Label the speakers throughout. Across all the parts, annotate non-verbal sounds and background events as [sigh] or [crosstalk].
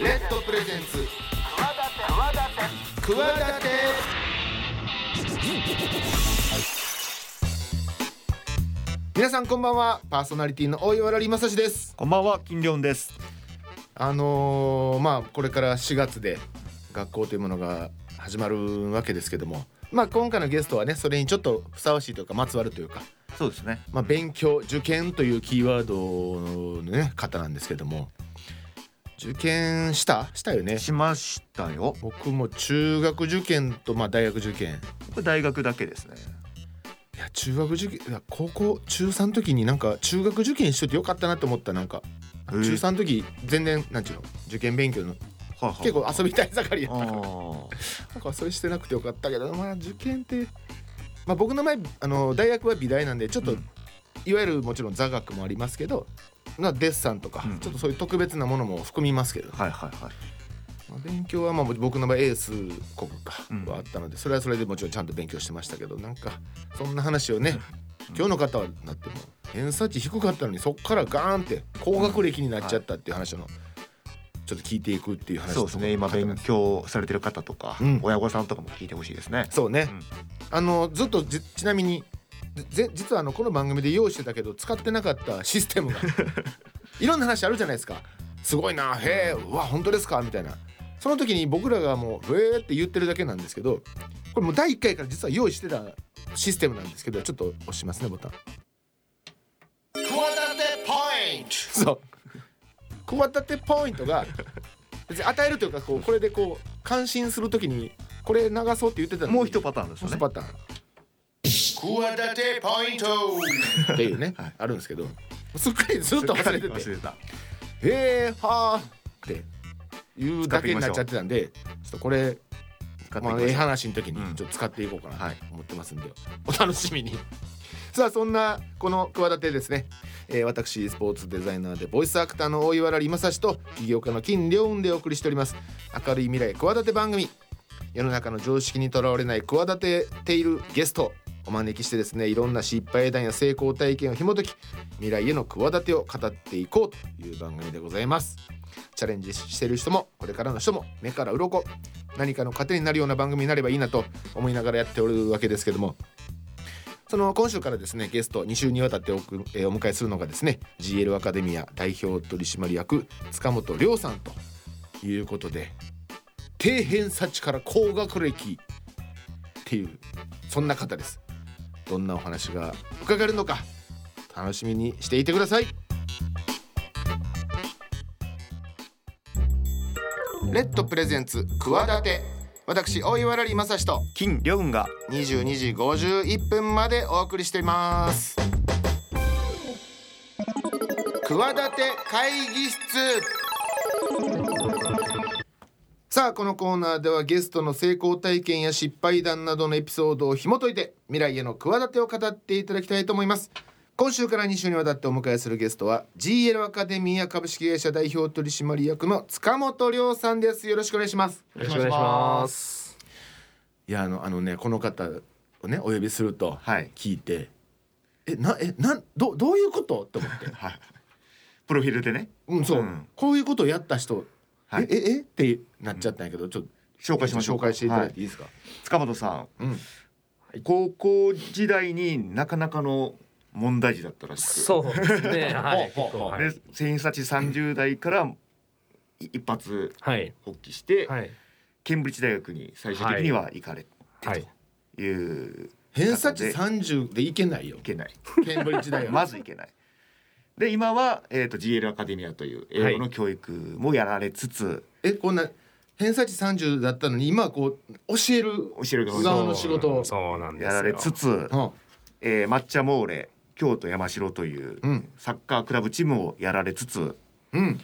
Speaker 1: レッドプレゼンツ企て皆さんこんばんはパーソナリティの大岩良正史です
Speaker 2: こんばんは、金良です。
Speaker 1: あのーまあこれから4月で学校というものが始まるわけですけどもまあ今回のゲストはねそれにちょっとふさわしいというかまつわるというか
Speaker 2: そうですね。
Speaker 1: まあ、勉強受験というキーワードの、ね、方なんですけども受験したしたよね
Speaker 2: しましたよ。
Speaker 1: 僕も中学受験と、まあ、大学受験
Speaker 2: 僕大学だけですね。
Speaker 1: いや中学受験いや高校中3の時になんか中学受験しといてよかったなと思ったなんか
Speaker 2: へ
Speaker 1: 中
Speaker 2: え
Speaker 1: 3の時全然なんちゅうの受験勉強の
Speaker 2: はいはい
Speaker 1: 結構遊びたい盛りや
Speaker 2: あ
Speaker 1: ったからなんかそれしてなくてよかったけどまあ受験って、まあ、僕の前あの大学は美大なんでちょっと、
Speaker 2: うん
Speaker 1: いわゆるもちろん座学もありますけど、まあ、デッサンとか、
Speaker 2: うん
Speaker 1: ちょっとそういう特別なものも含みますけど、
Speaker 2: ーはいはいはい。
Speaker 1: まあ、勉強はまあ僕の場合エース国
Speaker 2: うん
Speaker 1: 家はあったので、それはそれでもちろんちゃんと勉強してましたけどなんかそんな話をね、今日の方はなっても偏差値低かったのにそっからガーンって高学歴になっちゃったっていう話の、ちょっと聞いていくっていう話
Speaker 2: そうですね。今勉強されてる方とか、
Speaker 1: うん
Speaker 2: 親御さんとかも聞いてほしいですね。
Speaker 1: そうね、
Speaker 2: うん
Speaker 1: あのずっとじちなみにぜ実はあのこの番組で用意してたけど使ってなかったシステ
Speaker 2: [laughs]
Speaker 1: ムがいろんな話あるじゃないですかすごいなへえうわ本当ですかみたいなその時に僕らがもう「へえ」って言ってるだけなんですけどこれもう第1回から実は用意してたシステムなんですけどちょっと押しますねボタン。そうこわたてポイントが別に与えるというかこうこれでこう感心するときにこれ流そうって言ってたのに
Speaker 2: もう一パターンですよね。
Speaker 1: パターン [laughs] っていうね、あるんですけどすっかりずっと忘れてて
Speaker 2: 忘れた。
Speaker 1: 「へーはー」っていうだけになっちゃってたんでちょっとこれ
Speaker 2: 使ってい
Speaker 1: まあ
Speaker 2: きま
Speaker 1: ええ
Speaker 2: しょう
Speaker 1: 話の時に
Speaker 2: うん
Speaker 1: ちょっと使っていこうかな
Speaker 2: はい
Speaker 1: と思ってますんで、お楽しみに [laughs] さあそんなこの企てですね、えー私スポーツデザイナーでボイスアクターの大岩良正史と起業家の金良雲でお送りしております明るい未来企て番組世の中の常識にとらわれない企てているゲストをお招きしてですねいろんな失敗談や成功体験を紐解き未来への企てを語っていこうという番組でございますチャレンジしてる人もこれからの人も目から鱗何かの糧になるような番組になればいいなと思いながらやっておるわけですけどもその今週からですねゲスト2週にわたっておく、えーお迎えするのがですね GL アカデミア代表取締役塚本亮さんということで底辺察知から高学歴っていうそんな方ですどんなお話が伺えるのか楽しみにしていてくださいレッドプレゼンツ企て私大岩良利正史と
Speaker 2: 金良雲が
Speaker 1: 22時51分までお送りしています企て会議室さあこのコーナーではゲストの成功体験や失敗談などのエピソードを紐解いて未来への企てを語っていただきたいと思います今週から2週にわたってお迎えするゲストは GL アカデミア株式会社代表取締役の塚本亮さんですよろしくお願いします
Speaker 3: よろしくお願いします。
Speaker 1: いやあのあのねこの方をねお呼びすると
Speaker 2: はい [laughs]
Speaker 1: 聞いて、えなえなんどどういうことって思 [laughs] って、
Speaker 2: はいプロフィールでね
Speaker 1: うんそう
Speaker 2: うん
Speaker 1: こういうことをやった人、
Speaker 2: はい
Speaker 1: えええってなっちゃったんやけどちょっと
Speaker 2: 紹介しましょう
Speaker 1: 紹
Speaker 2: か。
Speaker 1: 介していただい
Speaker 2: は
Speaker 1: ていいですか、
Speaker 2: 塚本さん、
Speaker 1: うん
Speaker 2: 高校時代になかなかの問題児だったらしく。
Speaker 3: そうですね。 [laughs] はい。
Speaker 1: ほうほうほう
Speaker 3: はい
Speaker 2: で偏差値30代からい一発
Speaker 3: はい。
Speaker 2: 発起して、
Speaker 3: はい。
Speaker 2: ケンブリッジ大学に最終的には行かれ
Speaker 3: は
Speaker 2: て
Speaker 3: い。
Speaker 2: という、
Speaker 1: 偏差値30でいけない [laughs] よ
Speaker 2: いけない
Speaker 1: ケンブリッジ大学
Speaker 2: まずいけないで今は、えー、と GL アカデミアという英語の教育もやられつつ、
Speaker 1: えこんな偏差値30だったのに今はこう教える
Speaker 2: 教える
Speaker 1: 側
Speaker 2: 側
Speaker 1: の
Speaker 2: の
Speaker 1: 仕事を
Speaker 3: そうなんです
Speaker 2: や
Speaker 3: よ。
Speaker 2: られつつ、
Speaker 1: うん
Speaker 2: えー抹茶モーレ京都山城という
Speaker 1: うん
Speaker 2: サッカークラブチームをやられつつ
Speaker 1: うん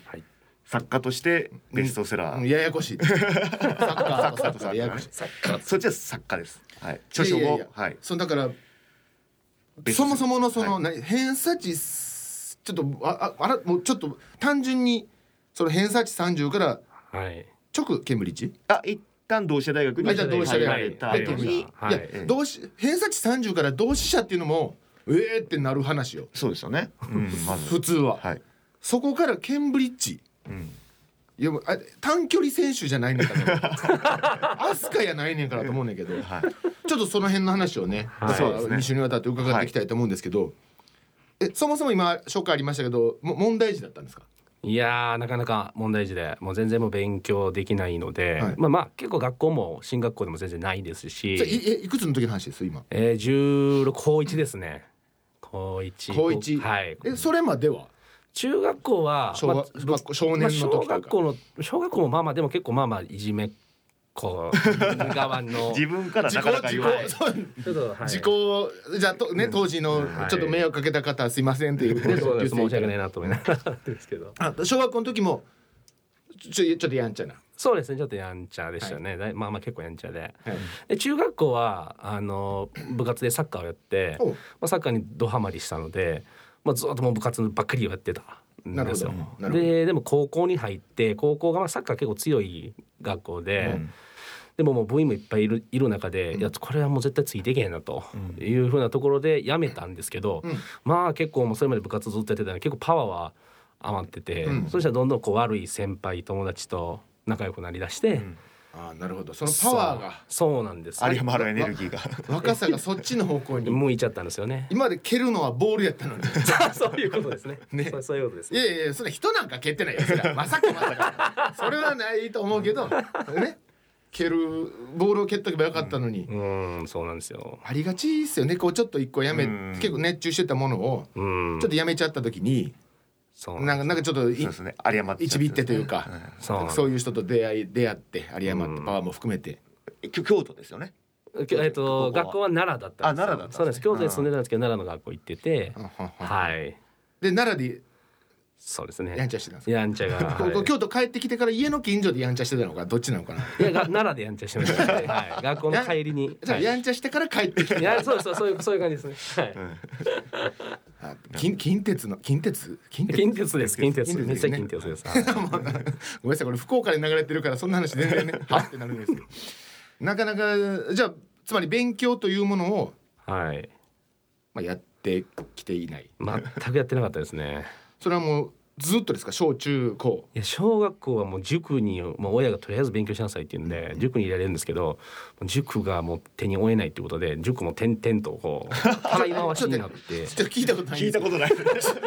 Speaker 2: 作家としてベストセラ
Speaker 1: う
Speaker 2: ー、
Speaker 1: んややこ [laughs] しいサッカーとサッカーややこしい
Speaker 3: サッカー
Speaker 2: そっちは作家です、はい、著書も
Speaker 1: いやいやいや
Speaker 2: はい、
Speaker 1: そのだから
Speaker 2: 別
Speaker 1: そもそものその、
Speaker 2: はい
Speaker 1: 何偏差値すちょっとあああらもうちょっと単純にその偏差値30から
Speaker 3: はい。
Speaker 1: 直ケンブリッジ
Speaker 2: あ一旦同志社大学に
Speaker 1: あじゃあ同志社大学
Speaker 2: 入ら
Speaker 3: はい
Speaker 2: れた
Speaker 1: で
Speaker 3: 同
Speaker 1: ケン
Speaker 3: 志
Speaker 1: ブリ
Speaker 3: 社
Speaker 1: ッジ
Speaker 3: はいい
Speaker 1: や同志偏差値30から同志社っていうのもええー、ってなる話よ [laughs]
Speaker 2: そうですよね、うん、まず
Speaker 1: 普通は、
Speaker 2: はい、
Speaker 1: そこからケンブリッジ
Speaker 2: うん、
Speaker 1: いやもうあ短距離選手じゃないねんからアスカやないねんからと思うねんけどちょ
Speaker 2: はい
Speaker 1: っとその辺の話をね、
Speaker 3: はい
Speaker 1: そ
Speaker 2: そうです
Speaker 1: う
Speaker 2: ね
Speaker 1: 2週にわたって伺っていきたいと思うんですけど、えそもそも今紹介ありましたけども問題児だったんですか
Speaker 3: いやーなかなか問題児でもう全然もう勉強できないので、
Speaker 1: はい
Speaker 3: まあまあ結構学校も進学校でも全然ないです
Speaker 1: それ
Speaker 3: し、
Speaker 1: いえいくつの時の話です今
Speaker 3: えー、16高1ですね高1
Speaker 1: 高一
Speaker 3: はい
Speaker 1: えそれまでは
Speaker 3: 中学校は
Speaker 1: 小,、
Speaker 3: まあ
Speaker 1: まあ、少年の時と
Speaker 3: まあ、小
Speaker 1: か、
Speaker 3: 学校の小学校もまあまあでも結構まあまあいじめっ子側の
Speaker 2: [laughs] 自分からなかなか言わない
Speaker 1: 自己自己そう
Speaker 3: ちょっと、はい、
Speaker 1: 時効じゃあとね当時の
Speaker 3: はい
Speaker 1: ちょっと迷惑かけた方はすいませんっていう
Speaker 3: でそうです申し訳ないいなと思いながらですけど
Speaker 1: あ小学校の時もちょちょちょっとやんちゃな、
Speaker 3: そうですねちょっとやんちゃでしたね、だいまあまあ結構やんちゃで
Speaker 1: はい、
Speaker 3: で中学校はあの部活でサッカーをやって、
Speaker 1: お
Speaker 3: まあ、サッカーにドハマりしたので、まあ、ずっともう部活ばっかりをやってたん
Speaker 1: なる
Speaker 3: で
Speaker 1: ほ
Speaker 3: す
Speaker 1: ど
Speaker 3: よ
Speaker 1: なるほど
Speaker 3: ででも高校に入って高校がまあサッカー結構強い学校で、
Speaker 1: うん
Speaker 3: でももう部員もいっぱいいるいる中で、いやこれはもう絶対ついていけへんなというふうなところでやめたんですけど、
Speaker 1: うん
Speaker 3: まあ結構もうそれまで部活ずっとやってたので結構パワーは余ってて、
Speaker 1: うん
Speaker 3: そしたらどんどんこう悪い先輩友達と仲良くなりだして、
Speaker 1: あーなるほどそのパワーが
Speaker 3: そうそうなんです
Speaker 2: 有り余るエネルギーが
Speaker 1: 若さがそっちの方向に
Speaker 3: 向いちゃったんです
Speaker 1: [laughs]
Speaker 3: よね。
Speaker 1: 今まで蹴るのはボールやったのに
Speaker 3: そういうこと [laughs] ですね。そうそういうことで
Speaker 1: [laughs]
Speaker 3: す
Speaker 1: い。やいやいやそれ人なんか蹴ってないですからまさかまさかそれはないと思うけどね蹴るボールを蹴っとけばよかったのに、
Speaker 3: うーん、そうなんですよ。
Speaker 1: ありがちですよねこうちょっと一個やめ、
Speaker 2: うん
Speaker 1: 結構熱中してたものを
Speaker 3: うーん。
Speaker 1: ちょっとやめちゃった時に、
Speaker 3: そう
Speaker 1: なん
Speaker 3: ん
Speaker 1: かなんかちょっとい
Speaker 2: そうですね有り余っちゃ
Speaker 1: 一
Speaker 2: んで
Speaker 1: び
Speaker 2: す
Speaker 1: ってというか、
Speaker 3: そうなんです
Speaker 1: そういう人と出会い出会って有り余ってパワーも含めて、
Speaker 2: きょ京都ですよね
Speaker 3: きょえっと
Speaker 2: ここは
Speaker 3: 学校は奈良だったんですよ。
Speaker 2: あ奈良だったんですね
Speaker 3: そうなんです。京都に住んでたんですけど、奈良の学校行ってて、
Speaker 1: うんうんうん
Speaker 3: はい、
Speaker 1: で奈良
Speaker 3: そうですね。
Speaker 1: でやんちゃしてたんですか
Speaker 3: やん
Speaker 1: [laughs]
Speaker 3: ちゃが。
Speaker 1: こ
Speaker 3: はい
Speaker 1: こ京都帰ってきてから家の近所でやんちゃしてたのかどっちなのかな、
Speaker 3: いやが奈良でやんちゃしてましたね。はい。学校の帰りに。
Speaker 1: じゃあ
Speaker 3: はい
Speaker 1: やんちゃしてから帰ってき
Speaker 3: い
Speaker 1: て
Speaker 3: やそうですそういうそういう感じですね。は
Speaker 1: あ近近鉄の近鉄近
Speaker 3: い。
Speaker 1: 鉄
Speaker 3: 近鉄です近鉄
Speaker 1: 近鉄
Speaker 3: めっちゃ近鉄です。はい
Speaker 1: まあごめんなさいこれ福岡で流れてるからそんな話全然ねはってなるんですけどなかなかじゃあつまり勉強というものを、
Speaker 3: はい。
Speaker 1: まあ、やってきていない
Speaker 3: 全くやってなかったですね。
Speaker 1: それはもうずっとですか小中高
Speaker 3: いや小学校はもう塾に、まあ、親がとりあえず勉強しなさいって言うんで塾に入れられるんですけど塾がもう手に負えないっていうことで塾も点々とこう
Speaker 1: [laughs]
Speaker 3: たらい回しになって
Speaker 1: ちょっと聞いたことない
Speaker 2: 聞いたこ
Speaker 1: [laughs]
Speaker 2: とない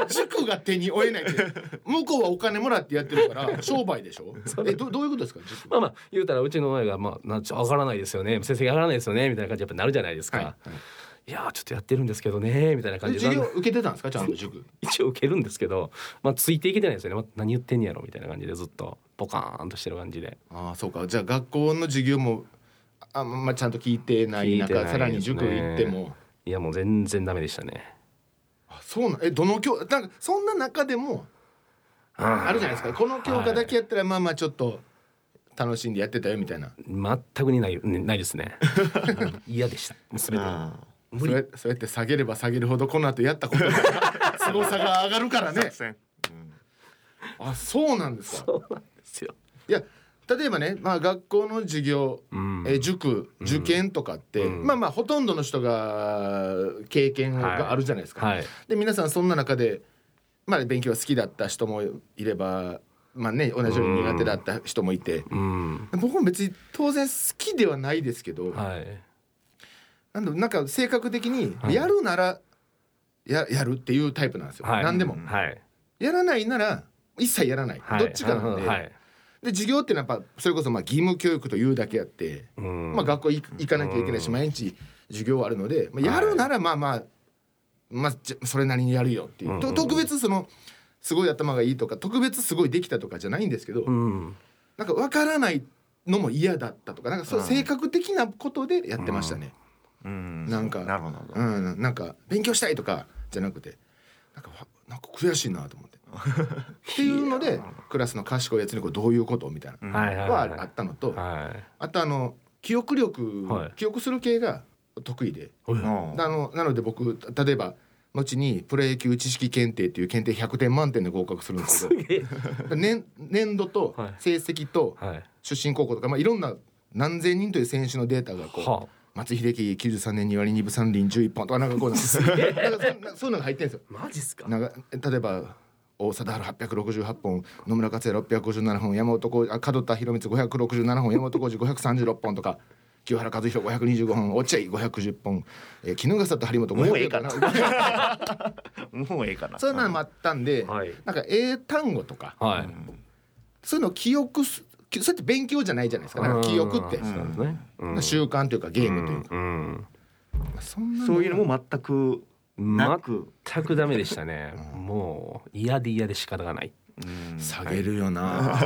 Speaker 1: 塾が手に負えないって向こうはお金もらってやってるから商売でしょえどどういうことですか塾
Speaker 3: まあまあ言うたらうちの親が、まあ「なんちょ上がらないですよね成績上がらないですよね」みたいな感じでやっぱなるじゃないですか「
Speaker 1: はい
Speaker 3: い
Speaker 1: はい
Speaker 3: やーちょっとやってるんですけどね」みたいな感じで
Speaker 1: 授
Speaker 3: なん
Speaker 1: 業
Speaker 3: か
Speaker 1: 受けてたんですかちゃんと塾
Speaker 3: 一応受けるんですけど、まあ、ついていけてないですよね、まあ、何言ってんやろみたいな感じでずっとポカーンとしてる感じで
Speaker 1: ああそうかじゃあ学校の授業もあ、まあ、ちゃんと聞いてない中
Speaker 3: 聞いてないですね
Speaker 1: さらに塾行っても
Speaker 3: いやもう全然ダメでしたね。
Speaker 1: あそうなんえどの教なんかそんな中でもあ
Speaker 3: あ
Speaker 1: るじゃないですかこの教科だけやったらまあまあちょっと楽しんでやってたよみたいな、
Speaker 3: 全くにない、ねないですね。 [laughs] 嫌でした。全て。
Speaker 1: そ
Speaker 3: 無理。
Speaker 1: れそうやって下げれば下げるほどこの後やった
Speaker 3: [laughs]
Speaker 1: ことの凄さが上がるからね
Speaker 2: 作戦
Speaker 1: あそうなんですか
Speaker 3: そうなんですよ。
Speaker 1: いや例えばね、まあ、学校の授業、
Speaker 3: うん
Speaker 1: えー塾受験とかって、
Speaker 3: うん
Speaker 1: まあまあほとんどの人が経験があるじゃないですか。
Speaker 3: はい。
Speaker 1: で皆さんそんな中で、まあ、勉強が好きだった人もいれば、まあね、同じように苦手だった人もいて、
Speaker 3: うん。
Speaker 1: 僕も別に当然好きではないですけど、
Speaker 3: はい。
Speaker 1: なんだろうなんか性格的に
Speaker 3: はい
Speaker 1: やるならややるっていうタイプなんですよ、
Speaker 3: はい。
Speaker 1: 何でも。
Speaker 3: はい。
Speaker 1: やらないなら一切やらない、
Speaker 3: はい。
Speaker 1: どっちかなんで,、
Speaker 3: はい。
Speaker 1: で授業っていうのはやっぱそれこそまあ義務教育というだけあって、
Speaker 3: うん。
Speaker 1: まあ、学校行行かなきゃいけないし、
Speaker 3: うん
Speaker 1: 毎日授業あるので、ま
Speaker 3: はい
Speaker 1: あ、やるならまあまあ、まあ、じゃそれなりにやるよっていう、
Speaker 3: うんうん
Speaker 1: と特別そのすごい頭がいいとか特別すごいできたとかじゃないんですけど、
Speaker 3: うん。
Speaker 1: なんか分からないのも嫌だったとかなんかそう
Speaker 2: はい
Speaker 1: 性格的なことでやってましたね。
Speaker 2: うん
Speaker 1: なんか
Speaker 2: なるほど
Speaker 1: うん、なんか勉強したいとかじゃなくてなんかわなんか悔しいなと
Speaker 3: [laughs]
Speaker 1: 思って。っていうのでクラスの賢いやつにこれどういうことみたい
Speaker 2: うん
Speaker 3: はい。
Speaker 1: な
Speaker 3: は。
Speaker 1: のはいあったのと
Speaker 3: は
Speaker 1: あとあの記憶力、
Speaker 3: はい
Speaker 1: 記憶する系が得意で
Speaker 3: い。
Speaker 2: うん
Speaker 1: あのなので僕た例えば後にプロ野球知識検定っていう検定100点満点で合格するんです
Speaker 3: す
Speaker 1: け
Speaker 3: げえ。
Speaker 1: ど年年度と
Speaker 3: はい
Speaker 1: 成績と
Speaker 3: はい。
Speaker 1: 出身高校とか、まあ、いろんな何千人という選手のデータがこう
Speaker 3: は
Speaker 1: 松井秀喜93年2割2分3厘11本とかなんかこうなんかなんかそんなそういうのが入ってるんですよ
Speaker 3: マジっすか
Speaker 1: なんか例えば大貞治868本野村克也657本山本浩二あ門田博光567本山本浩二536本とか [laughs] 清原和博525本落合510本、えー、衣笠と張本500
Speaker 2: もうええかな
Speaker 1: 本 [laughs]
Speaker 2: もうええかな
Speaker 1: そういうのもあったん
Speaker 2: [laughs]
Speaker 1: で、
Speaker 3: はい
Speaker 1: なんか英単語とか
Speaker 3: はい
Speaker 1: そういうのを記憶すきそうやって勉強じゃないじゃないですかなんか記憶って、
Speaker 3: そうですねうん
Speaker 1: 習慣というかゲームというか、
Speaker 3: うん
Speaker 1: そんな
Speaker 2: そういうのも全く
Speaker 3: うん
Speaker 2: なく、
Speaker 3: 全くダメでしたねもう嫌で嫌で仕方がない
Speaker 2: うん
Speaker 1: 下げるよな、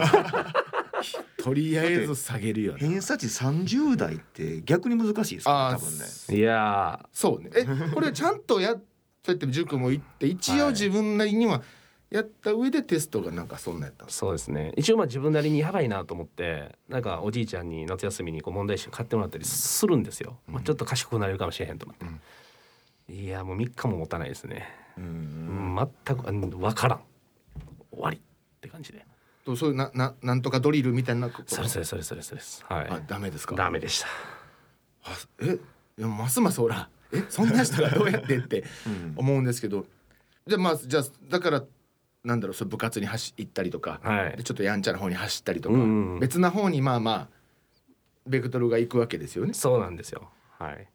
Speaker 1: [laughs] とりあえず下げるよね
Speaker 2: 偏差値30代って逆に難しいです
Speaker 1: あ
Speaker 2: か
Speaker 1: あ
Speaker 2: [laughs] ら多分ね
Speaker 3: いや
Speaker 1: そうねえこれちゃんとやっそうやって塾も行って一応
Speaker 3: [laughs] はい
Speaker 1: 自分なりにはやった上でテストがなんかそんなやったん
Speaker 3: ー
Speaker 1: です
Speaker 3: そうですね一応まあ自分なりにやばいなと思ってなんかおじいちゃんに夏休みにこう問題集買ってもらったりするんですよ、まあ、ちょっと賢くなれるかもしれへんと思って、いやもう3日も持たないですね、うん全くあの分からん終わりって感じで
Speaker 1: とそういうなななんとかドリルみたいなこと
Speaker 3: それそれそれそれそれですはい
Speaker 1: あダメですか
Speaker 3: ダメでした
Speaker 1: あえいやますますほらえそんな人がどうやってって思うんですけどじゃあまあじゃあだからなんだろうそう部活に走行ったりとか、
Speaker 3: はい
Speaker 1: でちょっとやんちゃな方に走ったりとか、
Speaker 3: うんうんうん
Speaker 1: 別な方にまあまあベクトルが行くわけですよね。
Speaker 3: そうなんですよはい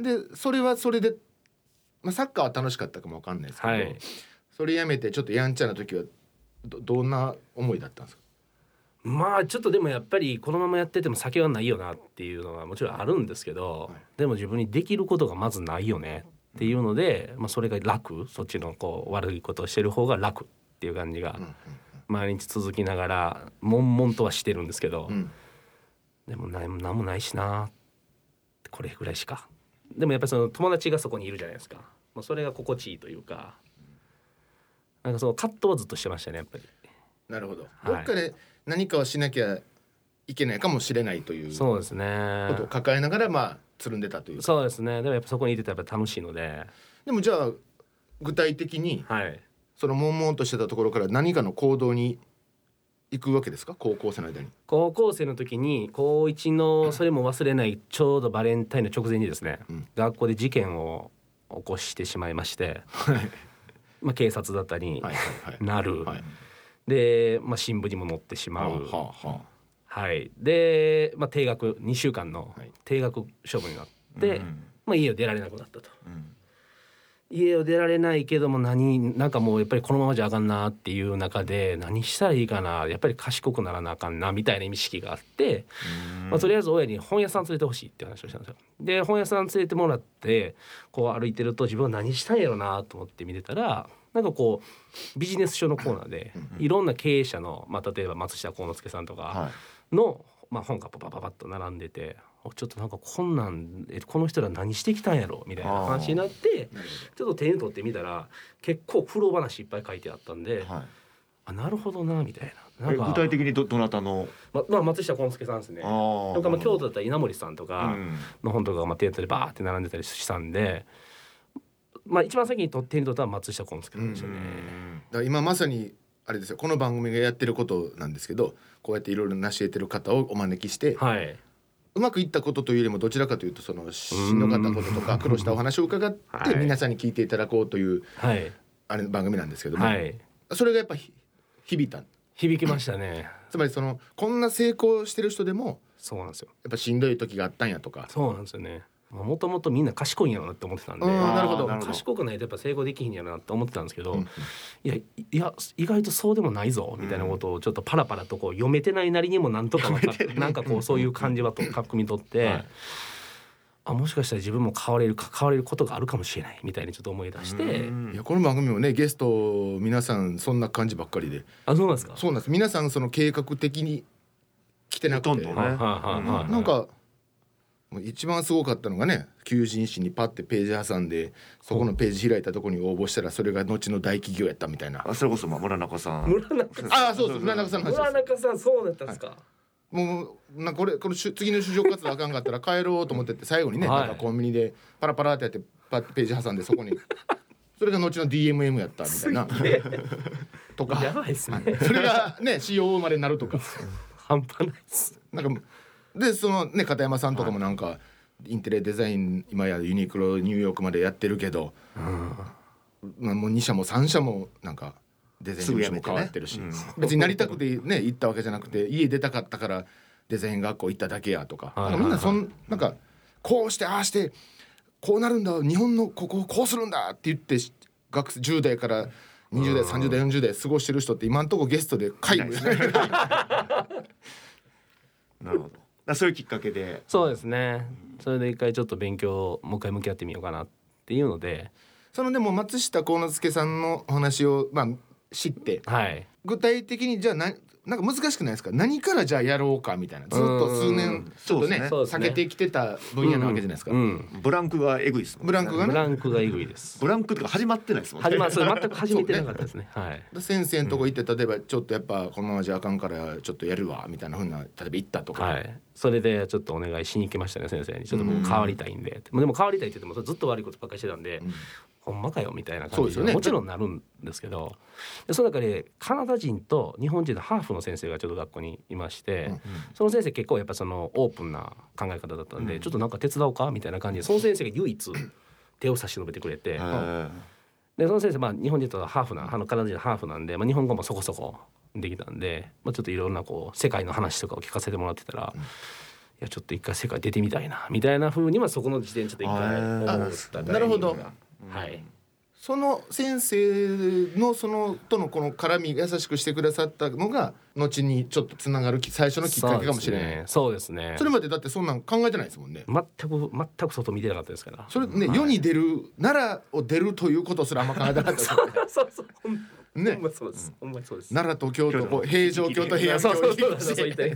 Speaker 1: でそれはそれで、まあ、サッカーは楽しかったかもわかんないですけど、
Speaker 3: はい
Speaker 1: それやめてちょっとやんちゃな時はどどんな思いだったんですか
Speaker 3: まあちょっとでもやっぱりこのままやってても酒はないよなっていうのはもちろんあるんですけど、でも自分にできることがまずないよねっていうので、まあ、それが楽そっちのこう悪いことをしてる方が楽っていう感じが毎日続きながら悶々とはしてるんですけど、
Speaker 1: ん
Speaker 3: でも何も何もないしなこれぐらいしかでもやっぱりその友達がそこにいるじゃないですか、まあ、それが心地いいというかなんかその葛藤はずっとしてましたねやっぱり。
Speaker 1: なるほど、
Speaker 3: い
Speaker 1: どっかで何かをしなきゃいけないかもしれないというこ
Speaker 3: そうですね
Speaker 1: とを抱えながらまあつるんでたというか
Speaker 3: そうですねでもやっぱそこにいてたらやっぱ楽しいので
Speaker 1: でもじゃあ具体的に
Speaker 3: はい
Speaker 1: その悶々としてたところから何かの行動に行くわけですか高校生の間に。
Speaker 3: 高校生の時に高1のそれも忘れないちょうどバレンタインの直前にですね、
Speaker 1: うん
Speaker 3: 学校で事件を起こしてしまいまして、まあ、警察だったり
Speaker 1: はいはいはい。
Speaker 3: な [laughs] る、
Speaker 1: はい
Speaker 3: で、まあ、新聞にも載ってしまう、はい
Speaker 1: はあは
Speaker 3: で、まあ、定額2週間の
Speaker 1: はい
Speaker 3: 定額処分になって、
Speaker 2: うん
Speaker 3: まあ、家を出られなくなったと。
Speaker 2: うん
Speaker 3: 家を出られないけども何なんかもうやっぱりこのままじゃあかんなっていう中で何したらいいかなやっぱり賢くならなあかんなみたいな意識があって、まあ、とりあえず親に本屋さん連れてほしいって話をしたんですよ。で本屋さん連れてもらってこう歩いてると自分は何したんやろなと思って見てたらなんかこうビジネス書のコーナーでいろんな経営者の、まあ、例えば松下幸之助さんとか
Speaker 2: はい
Speaker 3: の、まあ、本がパパパパッと並んでて。あちょっとなんかこんなんえこの人ら何してきたんやろみたいな話になって
Speaker 1: あ。なる
Speaker 3: ちょっと手に取ってみたら結構苦労話いっぱい書いてあったんで、
Speaker 2: はい
Speaker 3: あなるほどなみたいなな
Speaker 2: え
Speaker 3: んか
Speaker 2: 具体的にどどなたの
Speaker 3: ままあ、松下幸之助さんですね
Speaker 2: ああ
Speaker 3: とか、まあ、京都だったら稲森さんと
Speaker 2: う
Speaker 3: か
Speaker 2: ん
Speaker 3: の本とかがまあ手に取ってバーって並んでたりしたんで、まあ、一番先にと手に取ったのは松下幸之助さんでしたね。
Speaker 1: だから今まさにあれですよこの番組がやってることなんですけどこうやっていろいろ成し得てる方をお招きして、
Speaker 3: はい、
Speaker 1: うまくいったことというよりもどちらかというとそのしんどかったこととか苦労したお話を伺って
Speaker 3: はい
Speaker 1: 皆さんに聞いていただこうという
Speaker 3: はい、
Speaker 1: あれ番組なんですけども、
Speaker 3: はい、
Speaker 1: それがやっぱひ響いた
Speaker 3: 響きましたね。
Speaker 1: つまりそのこんな成功してる人でも
Speaker 3: そうなんですよ。
Speaker 1: やっぱしんどい時があったんやとか
Speaker 3: そうなんですよね。まあもともとみんな賢いんやろうなって思ってたんで、
Speaker 1: うんなるほ
Speaker 2: あ
Speaker 1: ど
Speaker 2: ーなるほど
Speaker 3: 賢くないとやっぱ成功できひんやろなって思ってたんですけど、
Speaker 1: うん
Speaker 3: いやいや意外とそうでもないぞみたいなことをちょっとパラパラとこう読めてないなりにもなんとかわかっなんかこうそういう感じはとかっくみ取って、
Speaker 2: はい
Speaker 3: あもしかしたら自分も変われる関われることがあるかもしれないみたいにちょっと思い出して
Speaker 1: いやこの番組もねゲスト皆さんそんな感じばっかりで
Speaker 3: あそうなんですか
Speaker 1: そうなんです皆さんその計画的に来てなく
Speaker 2: ほとん
Speaker 1: て
Speaker 2: どね
Speaker 3: はいはいはいはい
Speaker 1: なんかもう一番すごかったのがね求人誌にパッてページ挟んでそこのページ開いたとこに応募したらそれが後の大企業やったみたいな
Speaker 2: あそれこそまあ村中さん
Speaker 3: 村中さん
Speaker 1: ああそうそう村中さんの話
Speaker 3: 村
Speaker 1: です
Speaker 3: 中さんそうだったんですか、
Speaker 1: もうなんかこれこのしゅ次の就職活動あかんかったら帰ろうと思ってって最後にね、
Speaker 3: はい
Speaker 1: なんかコンビニでパラパラってやってパッてページ挟んでそこ
Speaker 3: [laughs]
Speaker 1: にそれが後の DMM やったみたいなとか
Speaker 3: やばいですね
Speaker 1: それがね CO 生まれになるとか
Speaker 3: 半端ないっす
Speaker 1: なんかでそのね片山さんとかもなんか、インテリアデザイン今やユニクロニューヨークまでやってるけど、まあもう2社も3社もなんかデザイ
Speaker 2: す
Speaker 1: ン
Speaker 2: ぐ
Speaker 1: 事務
Speaker 2: やめ
Speaker 1: 所
Speaker 2: て
Speaker 1: も変
Speaker 2: ね
Speaker 1: わってるし、
Speaker 2: うん
Speaker 1: 別になりたくてね行ったわけじゃなくて家出たかったからデザイン学校行っただけやとか,、
Speaker 3: はいはい
Speaker 1: みんなそんなんかこうしてああしてこうなるんだ日本のここをこうするんだって言ってし学生10代から20代30代40代過ごしてる人って今んとこゲストで皆無
Speaker 2: なるほど。だからそういうきっかけで。
Speaker 3: そうですねそれで一回ちょっと勉強もう一回向き合ってみようかなっていうので
Speaker 1: そのでも松下幸之助さんのお話を、まあ、知って
Speaker 3: はい
Speaker 1: 具体的にじゃあななんか難しくないですか何からじゃあやろうかみたいなずっと数年ちょっとね
Speaker 3: そうです
Speaker 1: 避
Speaker 3: ね
Speaker 1: けてきてた分野なわけじゃないですか。
Speaker 3: うん
Speaker 2: ブランクがえぐいですもんね。
Speaker 1: ブランクが
Speaker 3: ブ
Speaker 1: ね
Speaker 3: ランクがえぐいです [laughs]
Speaker 2: ブランクとか始まってないですもんね。
Speaker 3: 始まそれ全く始めてなかったですねはい
Speaker 1: で先生のとこ行って例えばちょっとやっぱこのままじゃあかんからちょっとやるわみたいなふうな例えば行ったとか、
Speaker 3: はい、それでちょっとお願いしに行きましたね先生にちょっと僕変わりたいんで、ってでも変わりたいって言ってもそれずっと悪いことばっかりしてたんで、
Speaker 1: うん
Speaker 3: ほんまかよみたいな
Speaker 1: そう
Speaker 3: 感
Speaker 1: で
Speaker 3: じ
Speaker 1: す
Speaker 3: で
Speaker 1: よね
Speaker 3: もちろんなるんですけどでその中でカナダ人と日本人のハーフの先生がちょっと学校にいまして、
Speaker 1: うんうん
Speaker 3: その先生結構やっぱそのオープンな考え方だったん
Speaker 2: う
Speaker 3: で、
Speaker 2: ん
Speaker 3: ちょっとなんか手伝おうかみたいな感じでその先生が唯一手を差し伸べてくれ
Speaker 2: へ
Speaker 3: て、
Speaker 2: ー
Speaker 3: でその先生、まあ、日本人とハーフなあのカナダ人のハーフなんで、まあ、日本語もそこそこできたんで、まあ、ちょっといろんなこう世界の話とかを聞かせてもらってたら、いやちょっと一回世界出てみたいなみたいなふうにはそこの時点でちょっと一回思った
Speaker 1: あ
Speaker 3: ん
Speaker 1: なるほど
Speaker 3: はい、
Speaker 1: その先生のそのとのこの絡み優しくしてくださったのが後にちょっとつながるき最初のきっかけかもしれないそ,、
Speaker 3: そうですねそう
Speaker 1: れ
Speaker 3: ですね
Speaker 1: までだってそんなん考えてないですもんね
Speaker 3: 全く全く外見てなかったですから
Speaker 1: それね、世に出る奈良を出るということすらあんま考えてなかったですもんね
Speaker 3: [laughs] [laughs] そうそうほん
Speaker 1: ね
Speaker 3: ほんまそうですほんまにそうです
Speaker 1: 奈良と京都こう平城京都
Speaker 3: い
Speaker 1: 平
Speaker 3: や
Speaker 1: 安
Speaker 3: そ
Speaker 1: 京
Speaker 3: うそうそうそうそう言いたい